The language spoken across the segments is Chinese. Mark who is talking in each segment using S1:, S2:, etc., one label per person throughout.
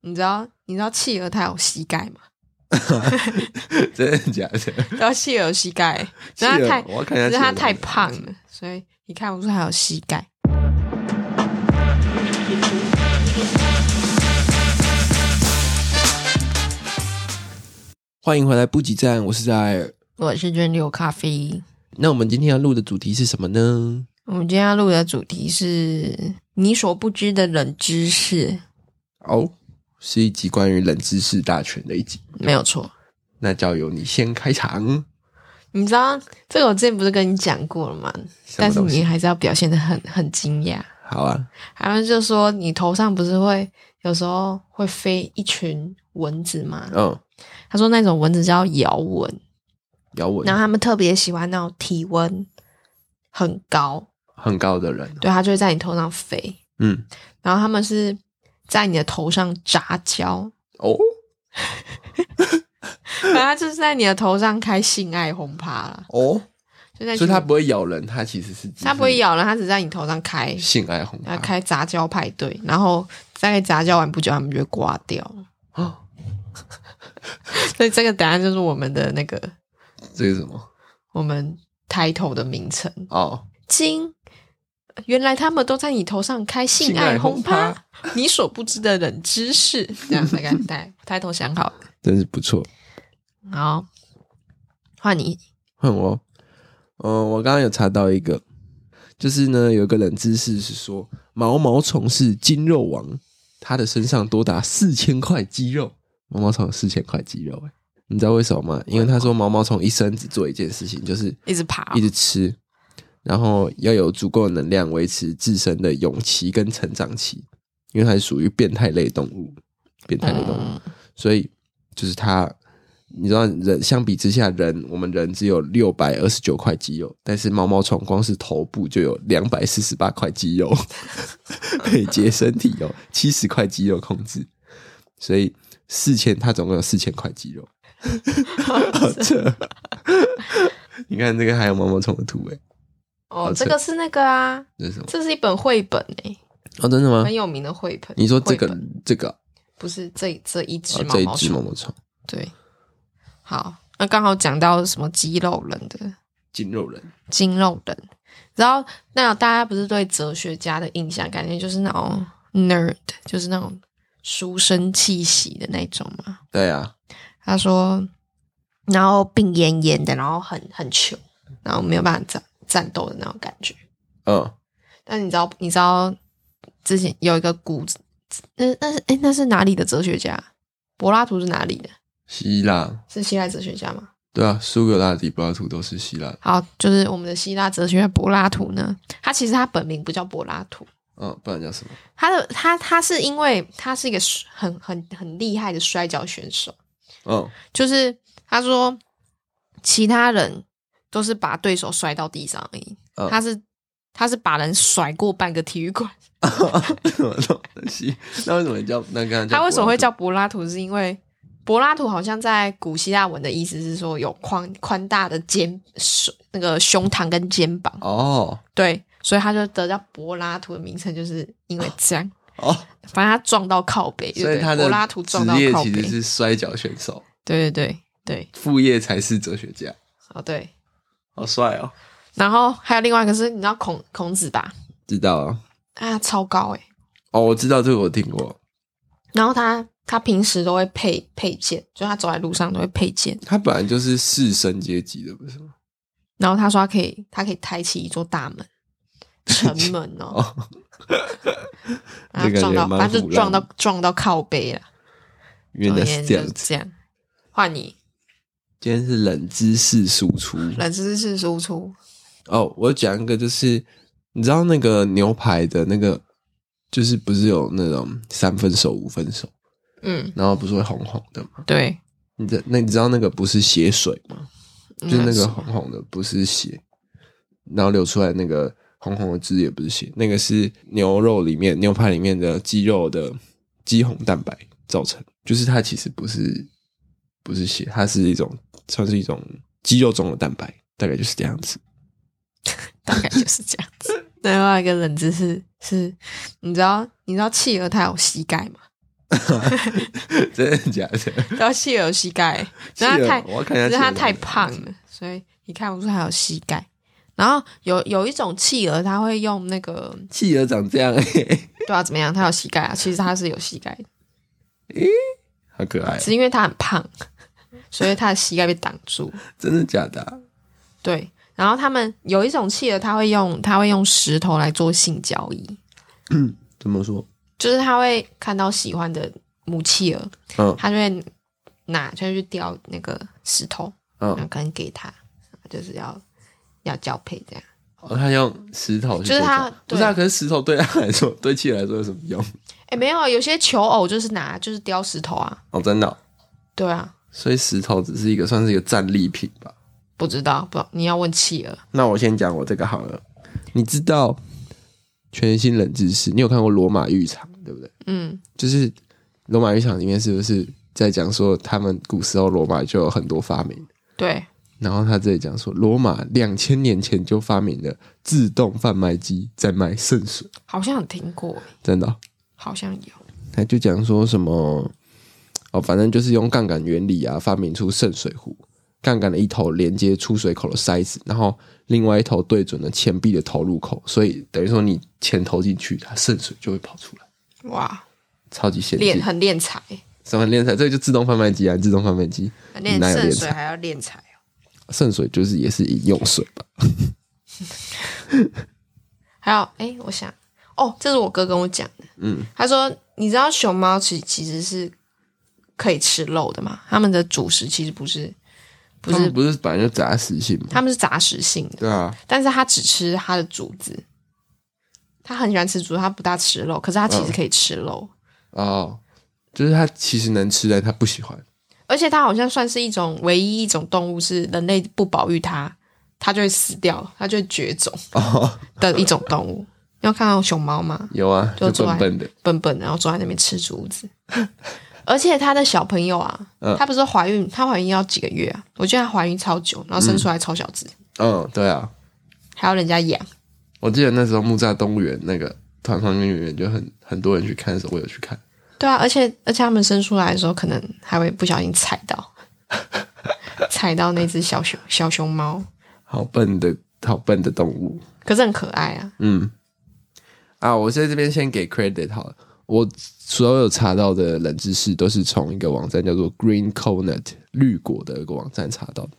S1: 你知道你知道企鹅它有膝盖吗？
S2: 真的假的？
S1: 然后企鹅有膝 盖，
S2: 企
S1: 然后它太
S2: 鹅，我要看一
S1: 可
S2: 下。
S1: 是它太胖，了，所以你看不出它有膝盖。
S2: 欢迎回来补给站，我是在。
S1: 我是卷流咖啡。
S2: 那我们今天要录的主题是什么呢？
S1: 我们今天要录的主题是你所不知的冷知识，
S2: 哦，是一集关于冷知识大全的一集。
S1: 没有错。
S2: 那就由你先开场。
S1: 你知道这个我之前不是跟你讲过了吗？
S2: 什么
S1: 但是
S2: 东西
S1: 你还是要表现的很很惊讶。
S2: 好啊，
S1: 他们就说你头上不是会有时候会飞一群蚊子吗？
S2: 嗯，
S1: 他说那种蚊子叫摇蚊，
S2: 咬我
S1: 然后他们特别喜欢那种体温很高，
S2: 很高的人，
S1: 对，它就会在你头上飞。
S2: 嗯，
S1: 然后他们是在你的头上扎胶，
S2: 哦，
S1: 反正它就是在你的头上开性爱轰趴了，
S2: 哦，
S1: 就在
S2: 所以它
S1: 你
S2: 不会咬人，它其实是只是
S1: 它不会咬人，它只在你头上开，
S2: 性爱红
S1: 然后
S2: 啊
S1: 开杂交派对，然后大概杂交完不久，他们就会挂掉。
S2: 啊，
S1: 所以这个答案就是我们的那个
S2: 这是什么？
S1: 我们 title 的名称。
S2: 哦，
S1: 金，原来他们都在你头上开性爱轰趴，
S2: 性爱
S1: 你所不知的冷知识。 这样大概带 title 想好了，
S2: 真是不错。
S1: 好，换你。
S2: 换我，嗯、我刚刚有查到一个，就是呢，有一个冷知识是说，毛毛虫是筋肉王，它的身上多达四千块肌肉。毛毛虫有四千块肌肉、欸，你知道为什么吗？因为他说毛毛虫一生只做一件事情，就是
S1: 一直爬哦
S2: 一直吃，然后要有足够的能量维持自身的勇气跟成长期，因为它是属于变态类动物，变态类动物。
S1: 嗯
S2: 所以就是它，你知道人相比之下，人我们人只有六百二十九块肌肉，但是毛毛虫光是头部就有两百四十八块肌肉， 每节身体有七十块肌肉控制，所以四千它总共有四千块肌肉， 好扯！你看这个还有毛毛虫的图诶，
S1: 哦，
S2: 好扯
S1: 这个是那个啊，
S2: 这是什么？
S1: 这是一本绘本诶、
S2: 哦，真的吗
S1: 很？有名的绘本。
S2: 你说这
S1: 绘
S2: 个
S1: 本
S2: 这个
S1: 不是这这一只
S2: 哦
S1: 毛
S2: 这一
S1: 毛
S2: 只
S1: 虫？
S2: 毛毛虫
S1: 对，好，那刚好讲到什么肌肉人的
S2: 筋肉人，
S1: 筋肉人，然后那大家不是对哲学家的印象，感觉就是那种 nerd，就是那种书生气息的那种嘛。
S2: 对啊，
S1: 他说，然后病恹恹的，然后很很穷，然后没有办法战战斗的那种感觉。
S2: 嗯，
S1: 但你知道，你知道之前有一个古，那那是哎，那是哪里的哲学家？柏拉图是哪里的？
S2: 希腊，
S1: 是希腊哲学家吗？
S2: 对啊，苏格拉底、柏拉图都是希腊的。
S1: 好，就是我们的希腊哲学家柏拉图呢，他其实他本名不叫柏拉图，
S2: 嗯，不然叫什么？
S1: 他的他他是因为他是一个摔很很很厉害的摔跤选手，
S2: 嗯，
S1: 就是他说其他人都是把对手摔到地上而已，
S2: 嗯
S1: 他是他是把人甩过半个体育 馆。
S2: 什么东西？那为什么叫那刚刚叫
S1: 他为什么会
S2: 柏拉
S1: 叫柏拉图？是因为柏拉图好像在古希腊文的意思是说有宽宽大的肩那个胸膛跟肩膀，
S2: 图？哦
S1: 对，所以他就得到柏拉图的名称，就是因为这样。
S2: 哦，
S1: 反正他撞到靠北，对不
S2: 所
S1: 对
S2: 以他的
S1: 柏拉图
S2: 职
S1: 撞到
S2: 业
S1: 靠
S2: 其
S1: 北
S2: 实，是摔跤选手，
S1: 对对对对，
S2: 副业才是哲学家。
S1: 哦对。
S2: 好帅哦！
S1: 然后还有另外一个是，你知道孔孔子吧？
S2: 知道啊，
S1: 啊，超高诶、
S2: 哦，我知道这个我听过。
S1: 然后他他平时都会配配件，就他走在路上都会配件。
S2: 他本来就是士绅阶级的，不是吗？
S1: 然后他说他可以，他可以抬起一座大门，城门哦，
S2: 哦，
S1: 然后
S2: 这感
S1: 撞
S2: 觉
S1: 到，
S2: 蛮
S1: 他就
S2: 腐烂
S1: 撞到
S2: 的
S1: 撞到靠背了。
S2: 原来
S1: 对
S2: 是这样
S1: 就是
S2: 子。
S1: 这样。换你
S2: 今天是冷知识输出
S1: 冷知识输出，
S2: 哦，我讲一个，就是你知道那个牛排的那个，就是不是有那种三分熟、五分熟，
S1: 嗯，
S2: 然后不是会红红的吗？
S1: 对，
S2: 你知那你知道那个不是血水吗？
S1: 就
S2: 就是那个红红的不是血，然后流出来那个红红的汁也不是血，那个是牛肉里面牛排里面的肌肉的肌红蛋白造成，就是它其实不是不是血，它是一种算是一种肌肉中的蛋白，大概就是这样 子。
S1: 大概就是这样 子。另外一个冷知识是，你知道你知道企鹅它有膝盖吗？
S2: 真的假的？
S1: 然后蟹哦有膝盖，然后它太
S2: 企鹅我要看一
S1: 可
S2: 下，
S1: 是它太胖，了，所以你看不出它有膝盖。然后有有一种企鹅，它会用那个
S2: 企鹅长这样，欸嘿嘿
S1: 对啊，怎么样？它有膝盖 啊，其实它是有膝盖的，
S2: 好可爱哦，
S1: 只是因为它很胖，所以它的膝盖被挡住。
S2: 真的假的啊？
S1: 对，然后他们有一种企鹅，它会用它会用石头来做性交易，
S2: 怎么说？
S1: 就是它会看到喜欢的母企鹅，
S2: 嗯
S1: 它就会拿，就会去叼那个石头，然后
S2: 嗯，
S1: 可能给它，就是要要交配这样。
S2: 哦，他用石头去
S1: 就是
S2: 做
S1: 它
S2: 这样不是啊？
S1: 对
S2: 可是石头对他来说，对企鹅来说有什么用？
S1: 哎，没有，有些求偶就是拿就是叼石头啊，
S2: 哦，真的哦，
S1: 对啊，
S2: 所以石头只是一个算是一个战利品吧。
S1: 不知道不，你要问企鹅，
S2: 那我先讲我这个好了。你知道全新冷知识？你有看过《罗马浴场》对不对？
S1: 嗯，
S2: 就是《罗马浴场》里面是不是在讲说他们古时候罗马就有很多发明？
S1: 对，
S2: 然后他这里讲说，罗马两千年前就发明了自动贩卖机，在卖圣水，
S1: 好像有听过，
S2: 真的哦、
S1: 好像有，
S2: 他就讲说什么哦，反正就是用杠杆原理啊，发明出圣水壶。杠杆的一头连接出水口的塞子，然后另外一头对准了钱币的投入口，所以等于说你钱投进去，它圣水就会跑出来，
S1: 哇，
S2: 超级先
S1: 练
S2: 进。
S1: 很练财，
S2: 什么练财？这个就自动贩卖机啊，自动贩卖机
S1: 很练
S2: 哪有
S1: 圣
S2: 练
S1: 水
S2: 财
S1: 还要练财哦，
S2: 圣水就是也是饮用水吧？
S1: 还有，哎，我想，哦，这是我哥跟我讲的，嗯，他说你知道熊猫其其实是可以吃肉的嘛，它们的主食其实不是不
S2: 他们
S1: 是，
S2: 不是本来就杂食性吗？
S1: 它们是杂食性的。
S2: 对啊，
S1: 但是他只吃他的竹子，他很喜欢吃竹子，他不大吃肉，可是他其实可以吃肉，
S2: 哦，就是它其实能吃，但它不喜欢。
S1: 而且他好像算是一种唯一一种动物是人类不保育它，它就会死掉，它就会绝种
S2: 哦，
S1: 的一种动物。 你有看到熊猫吗？
S2: 有啊，
S1: 就出
S2: 就
S1: 来
S2: 笨笨的，
S1: 笨笨，然后坐在那边吃竹子， 而且他的小朋友啊
S2: 嗯，
S1: 他不是怀孕，他怀孕要几个月啊？我觉得他怀孕超久，然后生出来超小只，
S2: 嗯，对啊，
S1: 还要人家养。
S2: 我记得那时候木栅动物园那个团团圆圆就很很多人去看的时候，我有去看。
S1: 对啊，而且而且他们生出来的时候，可能还会不小心踩到， 踩到那只小熊小熊猫，
S2: 好笨的，好笨的动物。
S1: 可是很可爱啊。
S2: 嗯，啊，我在这边先给 credit 好了。我所有查到的冷知识都是从一个网站叫做 Green Conet 绿果的一个网站查到的。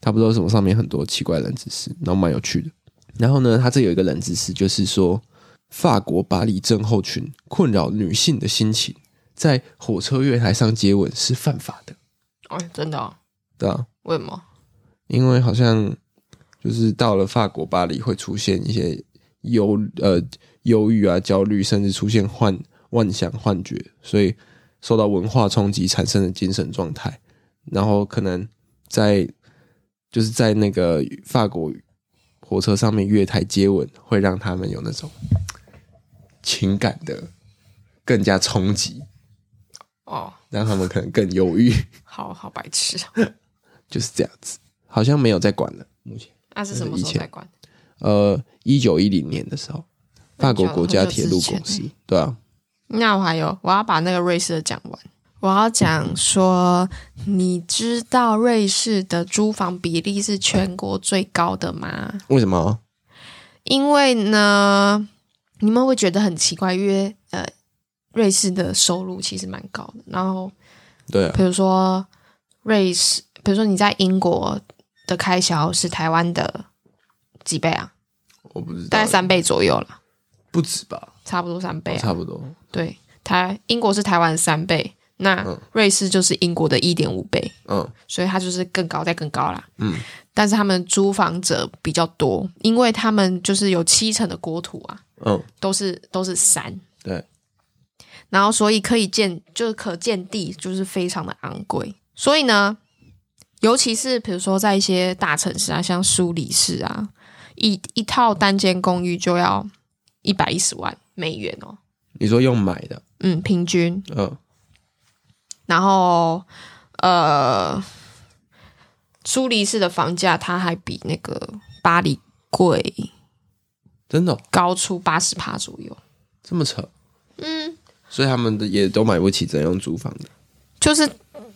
S2: 他不知道为什么上面很多奇怪的冷知识，然后蛮有趣的。然后呢，他这有一个冷知识，就是说法国巴黎症候群困扰女性的心情，在火车月台上接吻是犯法的，
S1: 哦，真的、哦？
S2: 对啊，
S1: 为什么？
S2: 因为好像就是到了法国巴黎会出现一些忧呃忧郁啊、焦虑，甚至出现幻妄想、幻觉，所以受到文化冲击产生的精神状态，然后可能在就是在那个法国火车上面月台接吻，会让他们有那种情感的更加冲击，
S1: 哦，
S2: 让他们可能更忧郁，
S1: 好好白痴哦。
S2: 就是这样子。好像没有在管了，目前。
S1: 那、是什么时候在关？
S2: 呃，一九一零年的时候，法国国家铁路
S1: 很
S2: 公
S1: 久之前
S2: 司，对啊，
S1: 那我还有，我要把那个瑞士的讲完。我要讲说，你知道瑞士的租房比例是全国最高的吗？
S2: 为什么？啊
S1: 因为呢，你们会觉得很奇怪，因为呃，瑞士的收入其实蛮高的。然后，
S2: 对啊，
S1: 比如说瑞士，比如说你在英国的开销是台湾的几倍啊？
S2: 我不知道，
S1: 大概三倍左右了，
S2: 不止吧，
S1: 差不多三倍、啊。
S2: 哦差不多。
S1: 对，台英国是台湾的三倍，那
S2: 嗯
S1: 瑞士就是英国的一点五倍，
S2: 嗯
S1: 所以它就是更高再更高啦。
S2: 嗯，
S1: 但是他们租房者比较多，因为他们就是有七成的国土啊，
S2: 嗯，
S1: 都是都是山，
S2: 对，
S1: 然后所以可以见就是可见地就是非常的昂贵，所以呢，尤其是比如说在一些大城市啊，像苏黎世啊，一一套单间公寓就要一百一十万美元哦，
S2: 你说用买的，
S1: 嗯，平均，
S2: 嗯，
S1: 然后呃，苏黎世的房价它还比那个巴黎贵，
S2: 真的哦
S1: 高出八十趴左右。
S2: 这么扯？
S1: 嗯，
S2: 所以他们的也都买不起，只能用租房的。
S1: 就是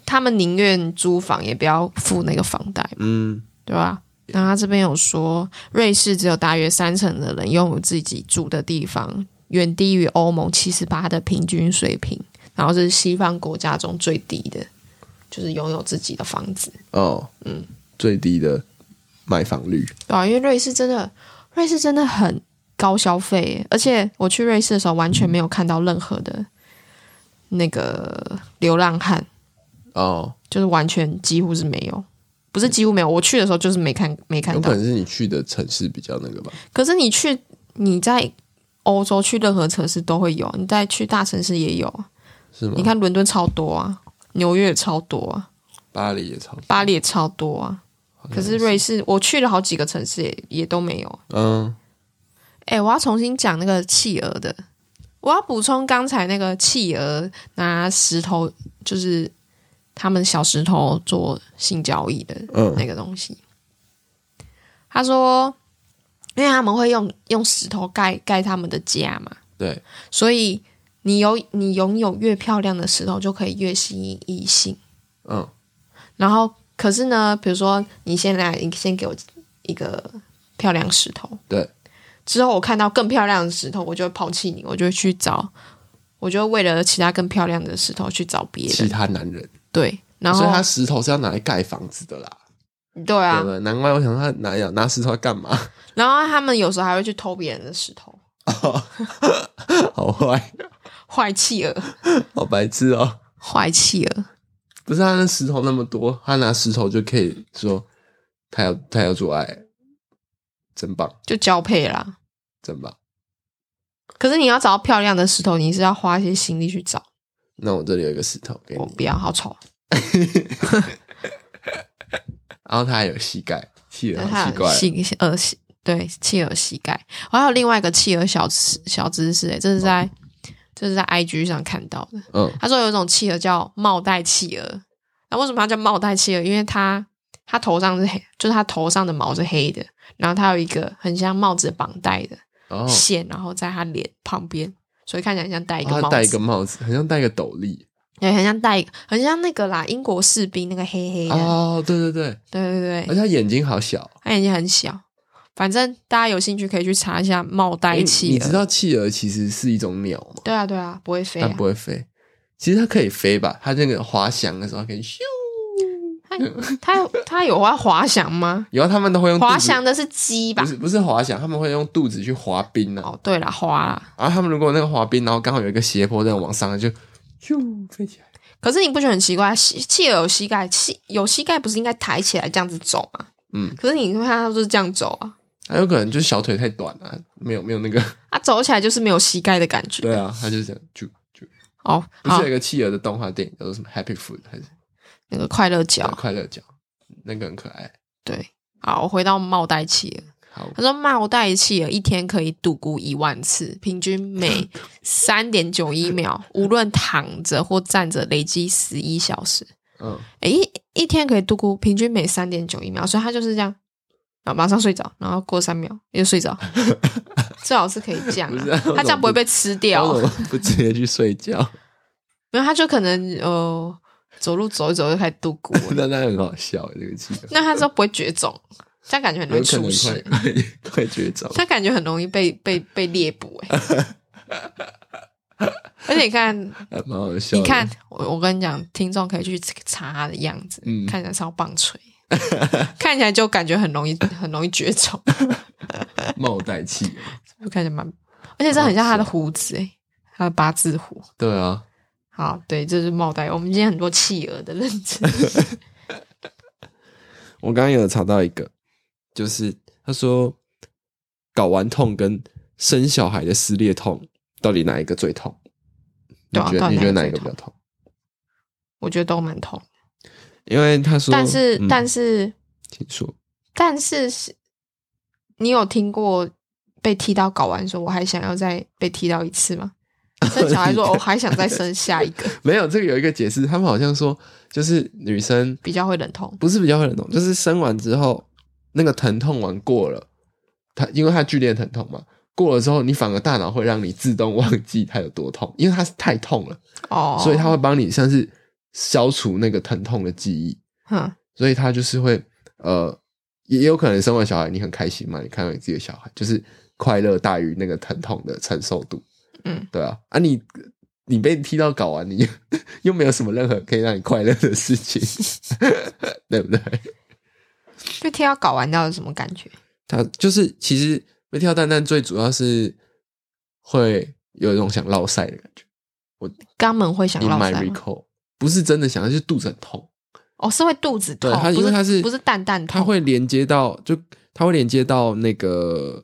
S1: 他们宁愿租房也不要付那个房贷，
S2: 嗯，
S1: 对吧？那他这边有说，瑞士只有大约三成的人拥有自己住的地方，远低于欧盟七十八的平均水平，然后是西方国家中最低的，就是拥有自己的房子，
S2: 哦，嗯，最低的买房率，
S1: 对啊，因为瑞士真的，瑞士真的很高消费耶，而且我去瑞士的时候完全没有看到任何的那个流浪汉，
S2: 哦，
S1: 就是完全几乎是没有，不是几乎没有，我去的时候就是没看没看
S2: 有
S1: 到
S2: 可。能是你去的城市比较那个吧。
S1: 可是你去你在欧洲去任何城市都会有，你再去大城市也有。啊
S2: 是吗？
S1: 你看伦敦超多啊，纽约也超多啊，
S2: 巴黎也超，
S1: 巴黎也超多啊。可是瑞士，我去了好几个城市也也都没有。
S2: 嗯，
S1: 哎、我要重新讲那个企鹅的，我要补充刚才那个企鹅拿石头，就是他们小石头做性交易的
S2: 嗯
S1: 那个东西。他说，因为他们会用用石头盖盖他们的家嘛，
S2: 对，
S1: 所以你有你拥有越漂亮的石头，就可以越吸引异性。
S2: 嗯
S1: 然后，可是呢，比如说你先来，你先给我一个漂亮石头，
S2: 对，
S1: 之后我看到更漂亮的石头，我就会抛弃你，我就会去找，我就会为了其他更漂亮的石头去找别
S2: 其
S1: 人。
S2: 他男人，
S1: 对，然后
S2: 所以他石头是要拿来盖房子的啦，
S1: 对啊
S2: 对不，对？难怪我想他拿呀拿石头干嘛？
S1: 然后他们有时候还会去偷别人的石头，
S2: 好坏，
S1: 坏企鹅，
S2: 好白痴哦、
S1: 坏企鹅。
S2: 不是他那石头那么多，他拿石头就可以说他要他要做爱，真棒
S1: 就交配啦。
S2: 真棒。
S1: 可是你要找到漂亮的石头，你是要花一些心力去找。
S2: 那我这里有一个石头给
S1: 我
S2: 你，
S1: 不要，好丑。
S2: 然后他还有膝盖，气人
S1: 它
S2: 好
S1: 有
S2: 奇怪哦，
S1: 膝呃膝对企鹅膝盖，我还有另外一个企鹅小知小知识、欸，这是
S2: 哦
S1: 在、这是在 IG 上看到的。
S2: 嗯，
S1: 他说有一种企鹅叫帽带企鹅，那为什么它叫帽带企鹅？因为它它头上是黑，就是它头上的毛是黑的，然后它有一个很像帽子的绑带的
S2: 哦，
S1: 线，然后在它脸旁边，所以看起来像戴一个
S2: 哦他
S1: 帽
S2: 戴一
S1: 子
S2: 个，帽子，很像戴一个斗笠。
S1: 对，很像戴一个，很像那个啦，英国士兵那个黑黑的，
S2: 哦，对对对，
S1: 对对
S2: 而且
S1: 对，
S2: 他眼睛好小。
S1: 它眼睛很小。反正大家有兴趣可以去查一下帽带
S2: 你
S1: 企
S2: 你
S1: 鹅。
S2: 知道企鹅其实是一种鸟吗？
S1: 对啊，对啊，不会飞、啊
S2: 但，不会飞。其实它可以飞吧？它那个滑翔的时候它可以咻。
S1: 它它它有要滑翔 吗？
S2: 然后啊他们都会用肚子
S1: 滑翔，的是鸡吧
S2: 不？是不是滑翔，他们会用肚子去滑冰啊。
S1: 哦，对了，滑啦。
S2: 然后他们如果那个滑冰，然后刚好有一个斜坡这样往上，就咻飞起来。
S1: 可是你不觉得很奇怪？膝企鹅有膝盖，膝有膝盖不是应该抬起来这样子走吗？
S2: 嗯，
S1: 可是你看它就是这样走啊，
S2: 它有可能就是小腿太短了、没有没有那个。
S1: 它啊走起来就是没有膝盖的感觉。
S2: 对 啊，它就这样就就。
S1: 哦，
S2: 不
S1: 好
S2: 是有一，个企鹅的动画电影叫做什么《Happy Foot》还是
S1: 那个快乐
S2: 叫《
S1: 脚，
S2: 快乐脚》？那个很可爱。
S1: 对，好，我回到帽带企鹅。
S2: 好，
S1: 他说帽带企鹅一天可以独孤一万次，平均 每三点九一秒，无论躺着或站着，累积十一小时。
S2: 嗯，
S1: 诶，一一天可以度过平均每三点九一秒，所以他就是这样，然后马上睡着，然后过三秒又睡 着，最好是可以这样、
S2: 不
S1: 啊
S2: 是啊，
S1: 他这样不会被吃掉啊
S2: 我，怎么不直接去睡觉？
S1: 没有他就可能呃走路走一走就开始度过了，
S2: 那那很好笑，这个企鹅。
S1: 那他之后不会绝种，这样感觉很容
S2: 有
S1: 易
S2: 可能
S1: 出
S2: 快
S1: 事，
S2: 快快 绝种。
S1: 他感觉很容易被被被猎捕哎、 而且你看，
S2: 还蛮好笑。
S1: 你看，，我我跟你讲，听众可以去查他的样子，
S2: 嗯
S1: 看起来超棒槌， 看起来就感觉很容易很容易绝种。
S2: 帽带企鹅，
S1: 就看起来蛮，而且这很像他的胡子诶、欸他的八字胡。
S2: 对啊，
S1: 好，对，这是帽带。我们今天很多企鹅的认知，
S2: 我刚刚有查到一个，就是他说睾丸痛跟生小孩的撕裂痛，到底哪一个最痛？你
S1: 对啊
S2: 觉得
S1: 到底
S2: 你觉得哪
S1: 哪
S2: 一
S1: 一
S2: 个
S1: 个
S2: 比
S1: 最
S2: 较痛？
S1: 我觉得都蛮痛。
S2: 因为他说，
S1: 但是，
S2: 嗯
S1: 但是，
S2: 请说，
S1: 但是是，你有听过被踢到睾丸说我还想要再被踢到一次吗？生小孩说我还想再生下一个，
S2: 没有这个有一个解释，他们好像说就是女生
S1: 比较会忍痛。
S2: 不是比较会忍痛，就是生完之后那个疼痛完过了，她因为她剧烈疼痛嘛，过了之后，你反而大脑会让你自动忘记它有多痛，因为它是太痛了，
S1: 哦，
S2: 所以它会帮你像是消除那个疼痛的记忆，
S1: 哼，
S2: 所以它就是会呃，也也有可能生完小孩你很开心嘛，你看到你自己的小孩，就是快乐大于那个疼痛的承受度，
S1: 嗯，
S2: 对啊，啊你你被踢到睾丸，你 又没有什么任何可以让你快乐的事情， 对不对？
S1: 就听到睾丸到底是什么感觉？
S2: 他就是其实被跳蛋蛋最主要是会有一种想落塞的感觉
S1: 肛门会想
S2: i n
S1: 落
S2: my
S1: 塞吗？
S2: recall 不是真的想，就是肚子很痛，
S1: 哦，是会肚子痛
S2: 对，它
S1: 不
S2: 因为它是
S1: 不是蛋蛋痛，
S2: 它会连接到就它会连接到那个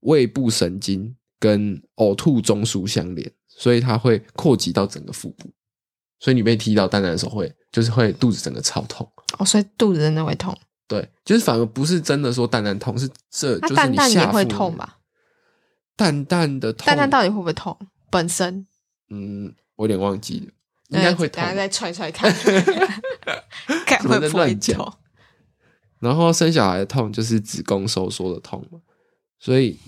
S2: 胃部神经跟呕吐中枢相连，所以它会扩及到整个腹部，所以你被踢到蛋蛋的时候会就是会肚子整个超痛。
S1: 哦，所以肚子真的会痛。
S2: 对，就是反而不是真的说蛋蛋痛，是这就
S1: 那
S2: 是
S1: 蛋
S2: 你
S1: 蛋也
S2: 下
S1: 会
S2: 腹
S1: 痛吧？
S2: 蛋蛋的痛，
S1: 蛋蛋到底会不会痛？本身呃
S2: 嗯，我有点忘记了，应该会痛
S1: 等一。下再踹踹 看，看
S2: 不能
S1: 会
S2: 再
S1: 不会
S2: 乱讲
S1: 痛。
S2: 然后生小孩的痛就是子宫收缩的痛嘛，所以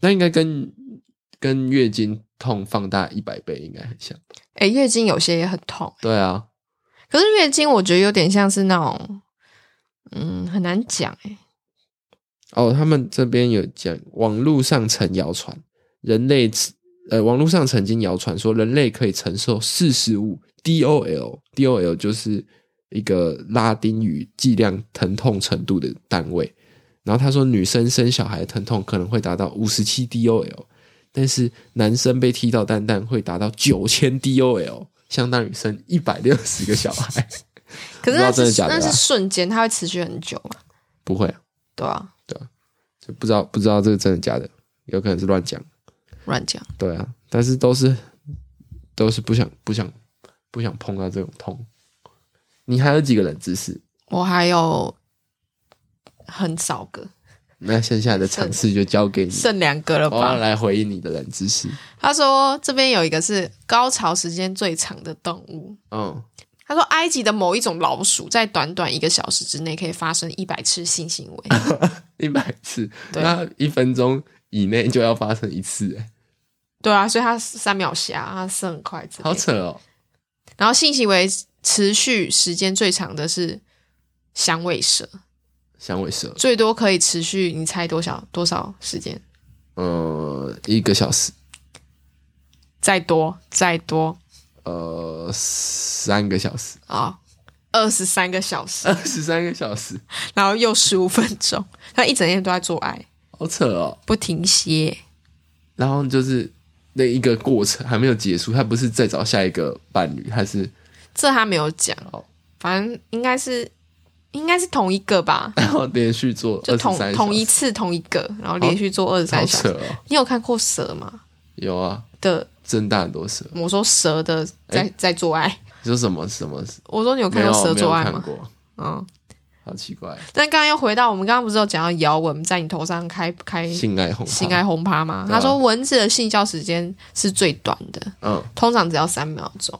S2: 那应该跟跟月经痛放大一百倍应该很像。
S1: 哎，月经有些也很痛，
S2: 对啊，
S1: 可是月经我觉得有点像是那种，嗯，很难讲哎。
S2: 哦，他们这边有讲，网络上曾谣传，人类呃，网络上曾经谣传说人类可以承受四十五 DOL，DOL 就是一个拉丁语剂量疼痛程度的单位。然后他说，女生生小孩的疼痛可能会达到五十七 DOL，但是男生被踢到蛋蛋会达到九千 DOL，相当于生一百六十个小孩。
S1: 可是
S2: 不知道
S1: 那
S2: 真的
S1: 是
S2: 假的啊
S1: 那是瞬间，它会持续很久嘛？
S2: 不会啊，
S1: 对啊，
S2: 就不知道不知道这个真的假的，有可能是乱讲。
S1: 乱讲。
S2: 对啊，但是都是都是不想不想不想碰到这种痛。你还有几个冷知识？
S1: 我还有很少个，
S2: 那剩下的尝试就交给你，
S1: 剩两个了
S2: 我要
S1: 吧？
S2: 来回应你的冷知识。
S1: 他说这边有一个是高潮时间最长的动物。
S2: 嗯，
S1: 他说埃及的某一种老鼠在短短一个小时之内可以发生一百次性行 为。
S2: 一百次，
S1: 对
S2: 那一分钟以内就要发生一次、哎，
S1: 对啊，所以他三秒下，他是很快之类的
S2: 好扯哦。
S1: 然后性行为持续时间最长的是响尾蛇，
S2: 响尾蛇，
S1: 最多可以持续，你猜多少多少时间？
S2: 呃，一个小时，
S1: 再多再多
S2: 呃，三个小时，
S1: 啊，二十三个小时，
S2: 二十三个小时，
S1: 然后又十五分钟，他一整天都在做爱，
S2: 好扯哦。
S1: 不停歇。
S2: 然后就是那一个过程还没有结束，他不是再找下一个伴侣，还是
S1: 这他没有讲
S2: 好，，
S1: 反正应该是应该是同一个吧
S2: 然后连续做
S1: 就
S2: 23
S1: 同
S2: 小时
S1: 同一次同一个，然后连续做二十
S2: 好
S1: 三小
S2: 扯
S1: 时。
S2: 哦，
S1: 你有看过蛇吗？
S2: 有啊，
S1: 的，
S2: 真大很多蛇。
S1: 我说蛇的在在做爱，
S2: 你说什么什么？
S1: 我说你有
S2: 没
S1: 看
S2: 有
S1: 过蛇
S2: 没有
S1: 做爱
S2: 看
S1: 吗？
S2: 过，
S1: 嗯，
S2: 好奇怪。
S1: 但刚刚又回到我们刚刚不是有讲到摇蚊在你头上开开
S2: 性爱红，啊
S1: 性爱，轰趴吗？
S2: 对啊
S1: 他说蚊子的性交时间是最短的，
S2: 嗯，
S1: 通常只要三秒钟。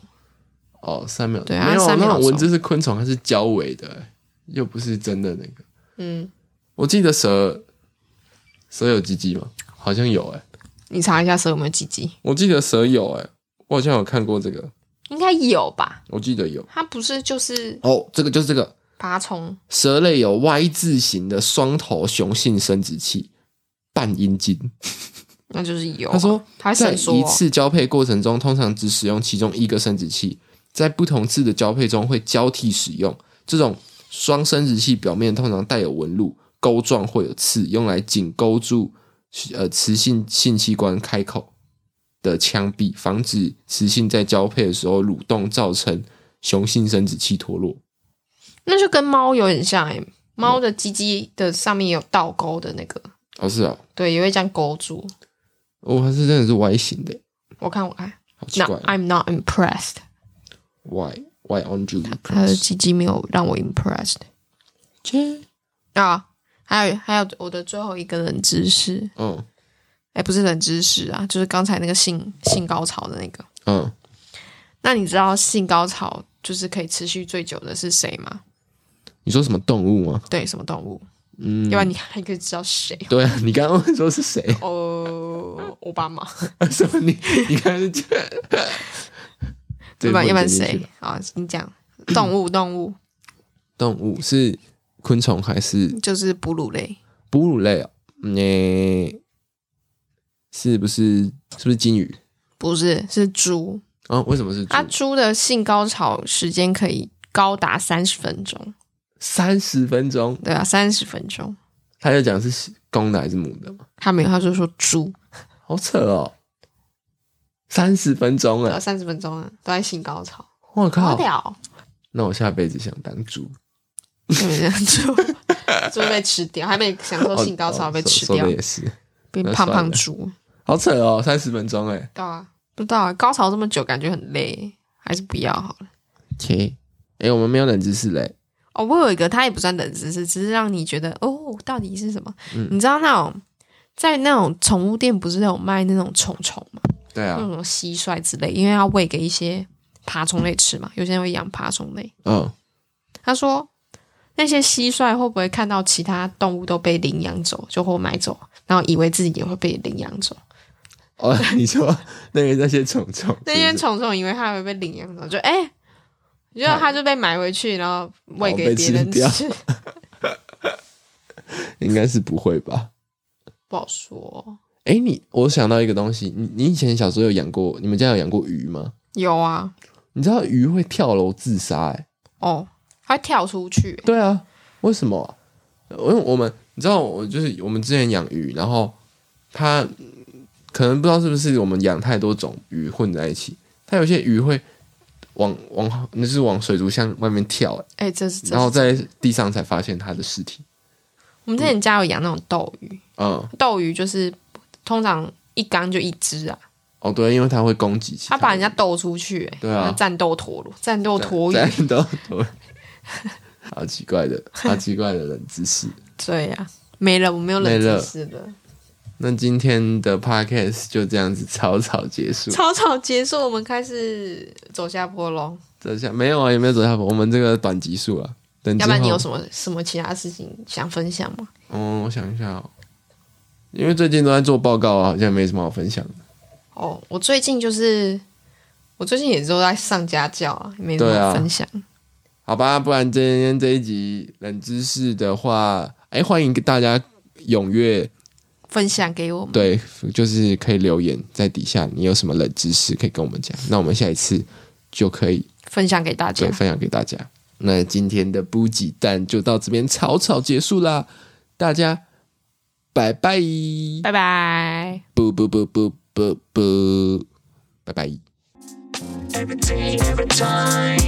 S2: 哦，三秒，
S1: 对啊
S2: 没有
S1: 三
S2: 那
S1: 秒
S2: 种
S1: 钟
S2: 蚊子是昆虫，它是交尾的，又不是真的那个。
S1: 嗯，
S2: 我记得蛇，蛇有鸡鸡吗？好像有哎、
S1: 你查一下蛇有没有鸡鸡，
S2: 我记得蛇有哎、我好像有看过这个，
S1: 应该有吧？
S2: 我记得有。
S1: 它不是就是
S2: 哦，这个就是这个
S1: 爬虫
S2: 蛇类有 Y 字形的双头雄性生殖器，半阴茎。
S1: 那就是有啊、
S2: 他说，
S1: 他
S2: 在
S1: 伸缩
S2: 一
S1: 哦、
S2: 次交配过程中，通常只使用其中一个生殖器，在不同次的交配中会交替使用。这种双生殖器表面通常带有纹路、钩状或有刺，用来紧勾住呃雌性性器官开口的腔壁，防止雌性在交配的时候蠕动，造成雄性生殖器脱落。
S1: 那就跟猫有点像哎、猫
S2: 嗯
S1: 的鸡鸡的上面有倒钩的那个，
S2: 哦，是哦，
S1: 对，也会这样勾住。
S2: 哦，它是真的是 Y 型的，
S1: 我看我看
S2: 好奇
S1: ，No,
S2: 怪。
S1: I'm not impressed。
S2: Why Why on you?
S1: 他的鸡鸡没有让我 impressed 啊。还有还有我的最后一个冷知识，
S2: 嗯
S1: 哎，不是冷知识啊，就是刚才那个性性高潮的那个。
S2: 嗯，
S1: 那你知道性高潮就是可以持续最久的是谁吗？
S2: 你说什么动物吗？
S1: 对，什么动物？
S2: 嗯
S1: 要不，然你还可以知道谁
S2: 对啊，你刚刚问说是谁？
S1: 哦，奥巴马，
S2: 什么你你刚刚 是这，
S1: 要
S2: 对
S1: 不然要不然？
S2: 不能进
S1: 谁
S2: 去
S1: 啊？你讲动物，动物
S2: 动物是昆虫还是
S1: 就是哺乳类，
S2: 哺乳类哦？嗯诶是不是是不是金鱼？
S1: 不是是猪。
S2: 啊、为什么是猪
S1: 它？猪的性高潮时间可以高达三十分钟，
S2: 三十分钟，
S1: 对啊，三十分钟。
S2: 他就讲是公的还是母的嘛？
S1: 他没有，他就说猪，
S2: 好扯哦，三十分钟
S1: 对啊，
S2: 啊！
S1: 三十分钟啊，都在性高潮，哦
S2: 我靠
S1: 无，聊，
S2: 那我下辈子想当猪，
S1: 对不对？ 猪猪被吃掉，还没享受性高潮
S2: 哦
S1: 被
S2: 说
S1: 吃
S2: 说
S1: 掉
S2: 的，也是，
S1: 变
S2: 那
S1: 胖
S2: 算了
S1: 胖 猪，
S2: 好扯哦，三十分钟哎。
S1: 对啊，不知道啊，高潮这么久感觉很累，还是不要好了。
S2: OK，哎、我们没有冷知识嘞，
S1: 哦，我有一个，它也不算冷知识，只是让你觉得哦，到底是什么？你知道那种在那种宠物店不是有卖那种虫虫吗？
S2: 对
S1: 那
S2: 啊，
S1: 种什么蟋蟀之类，因为要喂给一些爬虫类吃嘛，有些人会养爬虫类。
S2: 嗯，
S1: 他说那些蟋蟀会不会看到其他动物都被领养走，就或买走，然后以为自己也会被领养走？
S2: 哦，你说那个那些虫虫，
S1: 那些
S2: 是不是
S1: 虫虫以为它会被领养走，就哎。就它就被买回去，然后喂
S2: 哦
S1: 给
S2: 被
S1: 别
S2: 吃
S1: 人
S2: 掉
S1: 吃，
S2: 应该是不会吧？
S1: 不好说。
S2: 哎、你我想到一个东西，你你以前小时候有养过，你们家有养过鱼吗？
S1: 有啊，
S2: 你知道鱼会跳楼自杀、哎，
S1: 哦，它会跳出去、
S2: 对啊，为什么啊？因为我们你知道，我就是我们之前养鱼，然后它嗯可能不知道是不是我们养太多种鱼混在一起，它有些鱼会往往那就是往水族箱外面跳、哎
S1: 哎、这是这
S2: 然后
S1: 是。
S2: 在地上才发现它的尸体。
S1: 我们之前家有养那种斗鱼，
S2: 嗯，
S1: 斗鱼就是通常一缸就一只啊，
S2: 哦对，因为它会攻击其
S1: 他把人
S2: 家
S1: 家斗出去、欸，
S2: 对啊
S1: 那战斗陀螺、战斗陀
S2: 战
S1: 鱼，
S2: 战斗陀鱼， 好奇怪的，好奇怪的冷知识。
S1: 对呀、没了，我没有冷
S2: 没了
S1: 知识了。
S2: 那今天的 podcast 就这样子草草结束。
S1: 草草结束，我们开始走下坡喽。
S2: 走下没有啊，也没有走下坡，我们这个短集数啊。等之
S1: 要
S2: 后
S1: 不然你有什么什么其他事情想分享吗？
S2: 嗯，我想一下、哦，因为最近都在做报告啊，好像没什么好分享的。
S1: 哦，我最近就是我最近也都在上家教啊，没什么
S2: 对啊
S1: 好分享。
S2: 好吧，不然今天这一集冷知识的话，哎，欢迎大家踊跃，
S1: 分享给我们，
S2: 对，就是可以留言在底下，你有什么冷知识可以跟我们讲，那我们下一次就可以
S1: 分享给大家
S2: 对，分享给大家。那今天的补给站就到这边草草结束啦，大家拜拜，
S1: 拜拜。
S2: 不不不不不不，拜拜。
S3: every day, every time.